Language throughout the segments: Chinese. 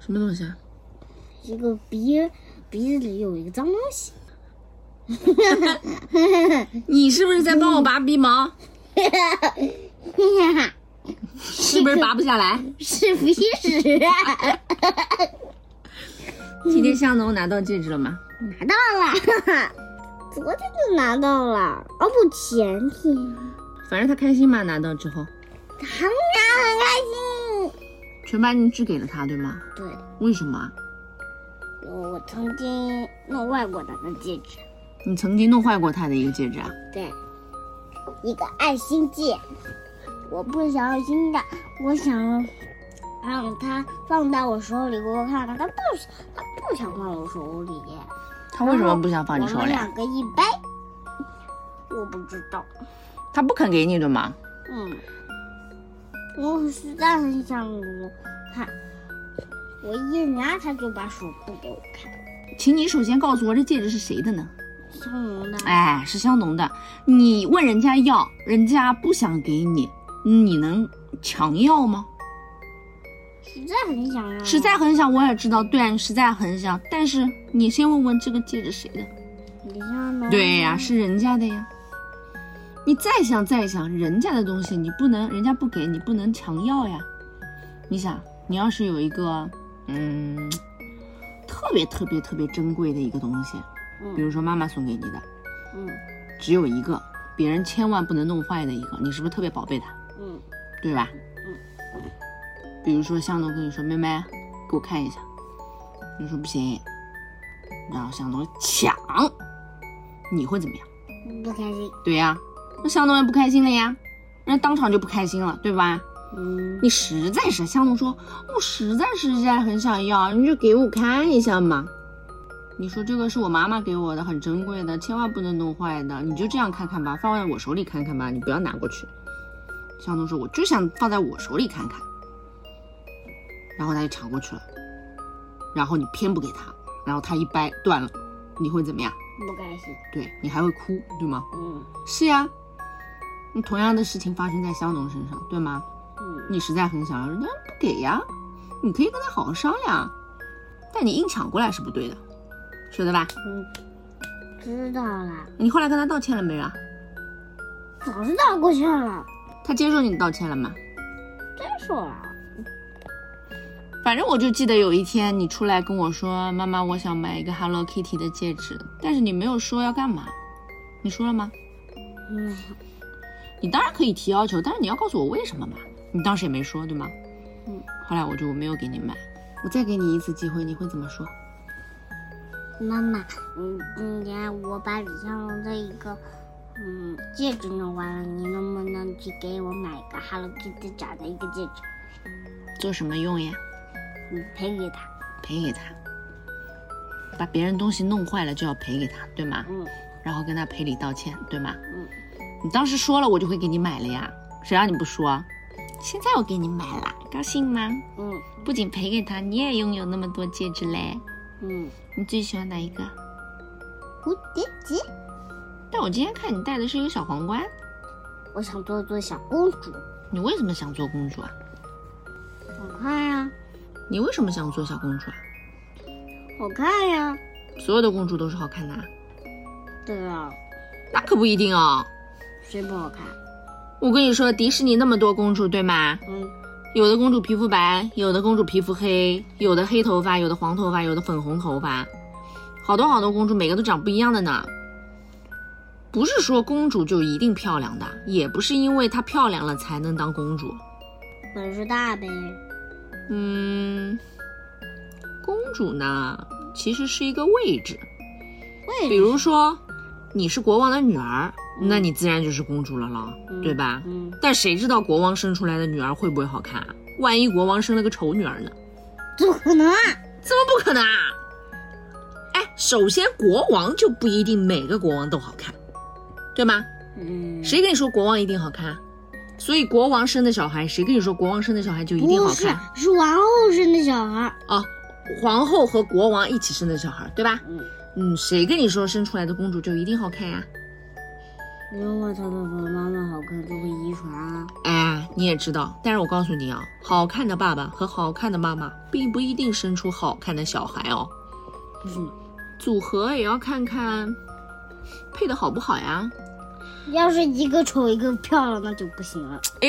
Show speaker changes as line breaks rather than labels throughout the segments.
什么东西啊？
一个鼻鼻子里有一个脏东西，
你是不是在帮我拔鼻毛？ 是不是拔不下来？
是鼻屎， 啊
今天向总拿到戒指了吗？
拿到了，昨天就拿到了，哦不，前天，
反正他开心嘛，拿到之后，
很很很开心。
全班人只给了他，对吗？
对。
为什么啊？
我我曾经弄外国的那戒指，
你曾经弄坏过他的一个戒指啊？
对，一个爱心戒，我不想要新的，我想让它放在我手里给我看看，它不它不想放我手里，
他为什么不想放你手
我们
里啊？
两个一掰，我不知道，
他不肯给你对吗？
嗯，我实在很想我看，我一拿它就把手不给我看，
请你首先告诉我这戒指是谁的呢？
香浓的，
哎，是香农的。你问人家要，人家不想给你，你能强要吗？
实在很想要，
实在很想，我也知道，对啊，你实在很想，但是你先问问这个戒指谁的。
你香浓，
对呀、是人家的呀。你再想再想，人家的东西你不能，人家不给你不能强要呀。你想，你要是有一个嗯，特别特别特别珍贵的一个东西，比如说妈妈送给你的，
嗯。嗯
只有一个，别人千万不能弄坏的一个，你是不是特别宝贝它，
嗯
对吧？
嗯。
比如说向总跟你说：“妹妹，给我看一下。”你说不行，然后向总抢，你会怎么样？，
嗯不开心。
对呀、那向东也不开心了呀，人家当场就不开心了，对吧？
嗯，
你实在是，向东说，我实在实在很想要，你就给我看一下嘛。你说这个是我妈妈给我的，很珍贵的，千万不能弄坏的。你就这样看看吧，放在我手里看看吧，你不要拿过去。向东说，我就想放在我手里看看。然后他就抢过去了，然后你偏不给他，然后他一掰断了，你会怎么样？
不开心。
对你还会哭，对吗？
嗯
是呀，那同样的事情发生在香农身上，对吗？
嗯
你实在很想要，人家不给呀，你可以跟他好好商量，但你硬抢过来是不对的，说的吧？
嗯，知道了，
你后来跟他道歉了没啊？
早知道过去了，
他接受你的道歉了吗？
真说了。
反正我就记得有一天你出来跟我说，妈妈，我想买一个 Hello Kitty 的戒指，但是你没有说要干嘛，你说了吗？
嗯，
你当然可以提要求，但是你要告诉我为什么嘛。你当时也没说，对吗？
嗯。
后来我就没有给你买，我再给你一次机会，你会怎么说？
妈妈，嗯，今天我把李香龙的一个嗯戒指弄坏了，你能不能去给我买一个 Hello Kitty 展的一个戒指？
做什么用呀？
你赔给他。
赔给他，把别人东西弄坏了就要赔给他，对吗？
嗯
然后跟他赔礼道歉，对吗？
嗯
你当时说了，我就会给你买了呀，谁让你不说？现在我给你买了，高兴吗？
嗯
不仅赔给他，你也拥有那么多戒指嘞。
嗯，
你最喜欢哪一个？
蝴蝶结，
但我今天看你戴的是一个小皇冠，
我想做做小公主。
你为什么想做公主啊？
好看呀、
你为什么想做小公主啊？
好看呀、
所有的公主都是好看的啊？
对啊，
那可不一定哦。
谁不好看？
我跟你说，迪士尼那么多公主，对吗？
嗯
有的公主皮肤白，有的公主皮肤黑，有的黑头发，有的黄头发，有的粉红头发，好多好多公主，每个都长不一样的呢。不是说公主就一定漂亮的，也不是因为她漂亮了才能当公主。
本事大呗。
嗯，公主呢，其实是一个位置。
为
比如说，你是国王的女儿，
嗯
那你自然就是公主了咯，
嗯
对吧？
嗯，
但谁知道国王生出来的女儿会不会好看啊？万一国王生了个丑女儿呢？
怎么可能啊？
怎么不可能啊？哎，首先国王就不一定每个国王都好看，对吗？
嗯，
谁跟你说国王一定好看？啊所以国王生的小孩，谁跟你说国王生的小孩就一定
不
好
是
看？
是王后生的小孩儿。
啊？皇后和国王一起生的小孩，对吧？
嗯
啊嗯，谁跟你说生出来的公主就一定好看呀、
因为他的妈妈好看就会遗传啊。
哎，你也知道，但是我告诉你啊，好看的爸爸和好看的妈妈，并不一定生出好看的小孩哦。
嗯，
组合也要看看配的好不好呀。
要是一个丑一个漂亮，那就不行了。
哎，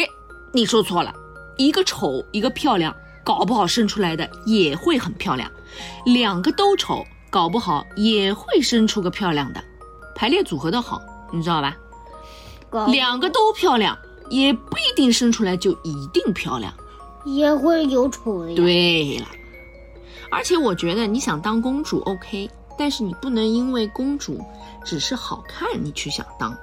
你说错了，一个丑一个漂亮，搞不好生出来的也会很漂亮；两个都丑，搞不好也会生出个漂亮的。排列组合的好，你知道吧？
搞
两个都漂亮，也不一定生出来就一定漂亮。
也会有丑的呀。，
对了，而且我觉得你想当公主 OK，但是你不能因为公主只是好看你去想当。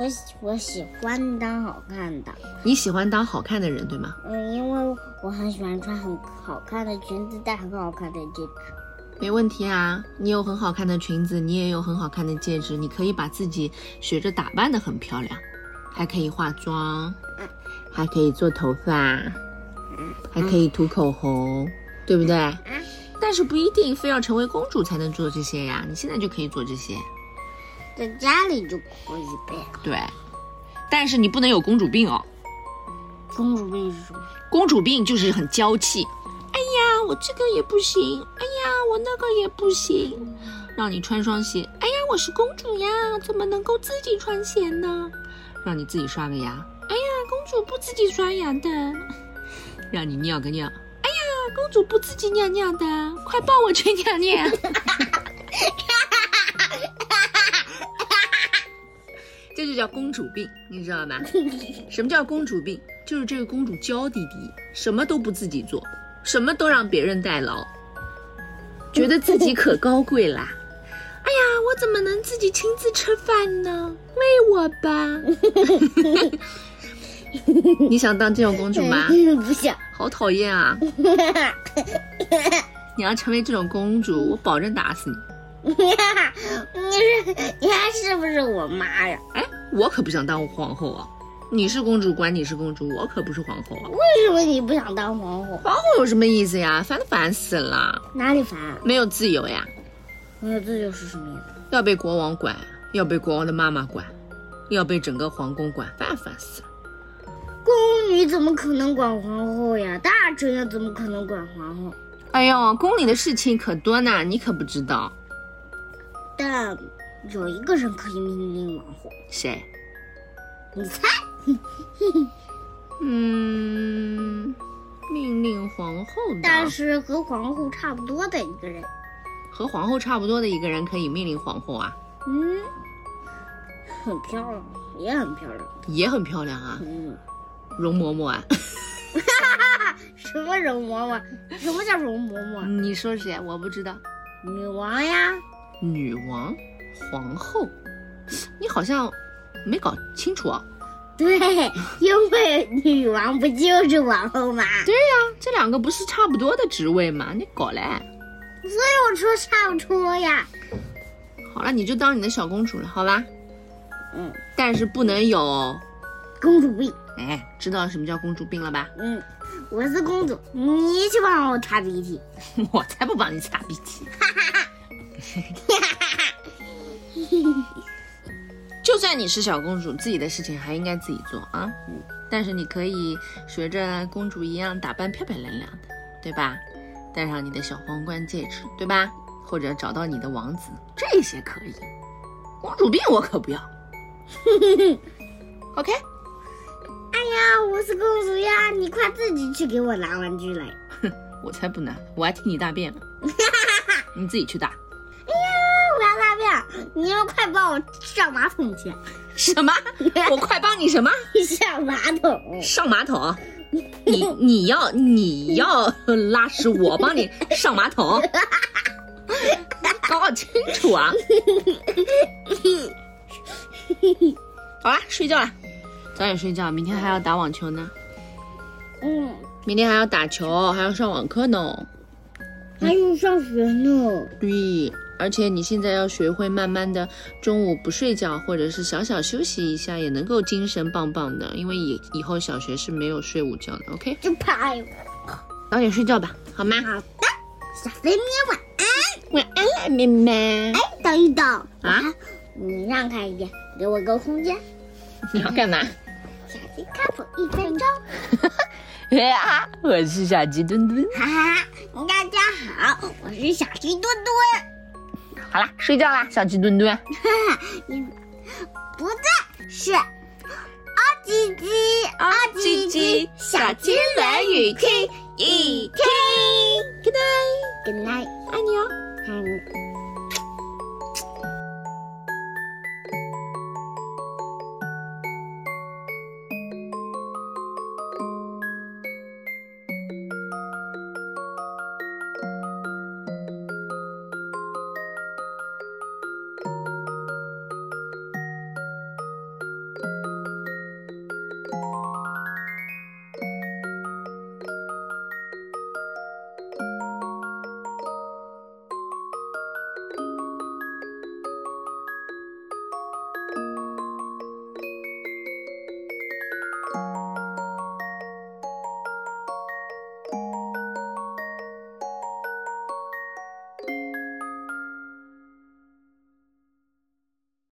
我喜我喜欢当好看的，
你喜欢当好看的人，对吗？
嗯，因为我很喜欢穿很好看的裙子，戴很好看的戒指。
没问题啊，你有很好看的裙子，你也有很好看的戒指，你可以把自己学着打扮的很漂亮，还可以化妆，还可以做头发，还可以涂口红，对不对？但是不一定非要成为公主才能做这些呀，你现在就可以做这些。
在家里就可以呗。
对，但是你不能有公主病哦。
公主病是什么？
公主病就是很娇气，哎呀，我这个也不行，哎呀，我那个也不行，让你穿双鞋，哎呀，我是公主呀，怎么能够自己穿鞋呢？让你自己刷个牙，哎呀，公主不自己刷牙的， 让你尿个尿，哎呀，公主不自己尿尿的，快抱我去尿尿。 这就叫公主病，你知道吗？什么叫公主病？就是这个公主娇滴滴，什么都不自己做，什么都让别人代劳，觉得自己可高贵啦。哎呀，我怎么能自己亲自吃饭呢？喂我吧！你想当这种公主吗？
不想。
好讨厌啊！你要成为这种公主，我保证打死你！
你是你还是不是我妈呀？
哎，我可不想当皇后啊！你是公主，管你是公主，我可不是皇后啊！
为什么你不想当皇后？
皇后有什么意思呀？烦都烦死了，
哪里烦、啊？
没有自由呀！
没有自由是什么意思？
要被国王管，要被国王的妈妈管，要被整个皇宫管，烦烦死了。
宫女怎么可能管皇后呀？大臣又怎么可能管皇后？
哎呦，宫里的事情可多呢，你可不知道。
但有一个人可以命令王后，
谁？
你猜？
嗯，命令皇后的，
但是和皇后差不多的一个人。
和皇后差不多的一个人可以命令皇后啊，
嗯，很漂亮，也很漂亮。
也很漂亮啊，
嗯，
容嬷嬷啊。
什么容嬷嬷？什么叫容嬷嬷？
你说谁？我不知道。
女王呀，
女王、皇后，你好像没搞清楚啊。
对，因为女王不就是王后吗？
对呀、这两个不是差不多的职位吗？你搞嘞。
我说差不多呀。
好了，你就当你的小公主了，好吧？
嗯，
但是不能有，
公主病。
哎，知道什么叫公主病了吧？
嗯，我是公主，你去帮我擦鼻涕。
我才不帮你擦鼻涕。 就算你是小公主，自己的事情还应该自己做啊。但是你可以学着公主一样打扮漂漂亮亮的，对吧？戴上你的小皇冠戒指，对吧？或者找到你的王子，这些可以。公主病我可不要。OK。
呀，啊我是公主呀，你快自己去给我拿玩具来。啊，
我才不拿，我还替你大 便了，你自己去大。
我要大便，你们快帮我上马桶去，
什么？我快帮你什么？
上马桶。
上马桶？你你要你要拉屎，我帮你上马桶。搞搞清楚啊！好啦，睡觉啦，早点睡觉，明天还要打网球呢，
嗯，
明天还要打球，还要上网课呢。
还有上学呢。
对，而且你现在要学会慢慢的，中午不睡觉，或者是小小休息一下，也能够精神棒棒的。因为以以后小学是没有睡午觉的，OK？
就怕有
早点睡觉吧，好吗？
好的，小飞咪晚安。
晚安啦，妹妹。
啊等一等，我还你让开一点，给我个空间。
你要干嘛？
小鸡科普一分钟，
哎呀，我是小鸡墩墩。
哈哈！哈！大家好，我是小鸡墩墩。
好啦，睡觉啦，小鸡墩墩。
哈哈，你不对，是阿鸡鸡，阿鸡鸡，小鸡蓝雨听一听。Good night，Good night。哦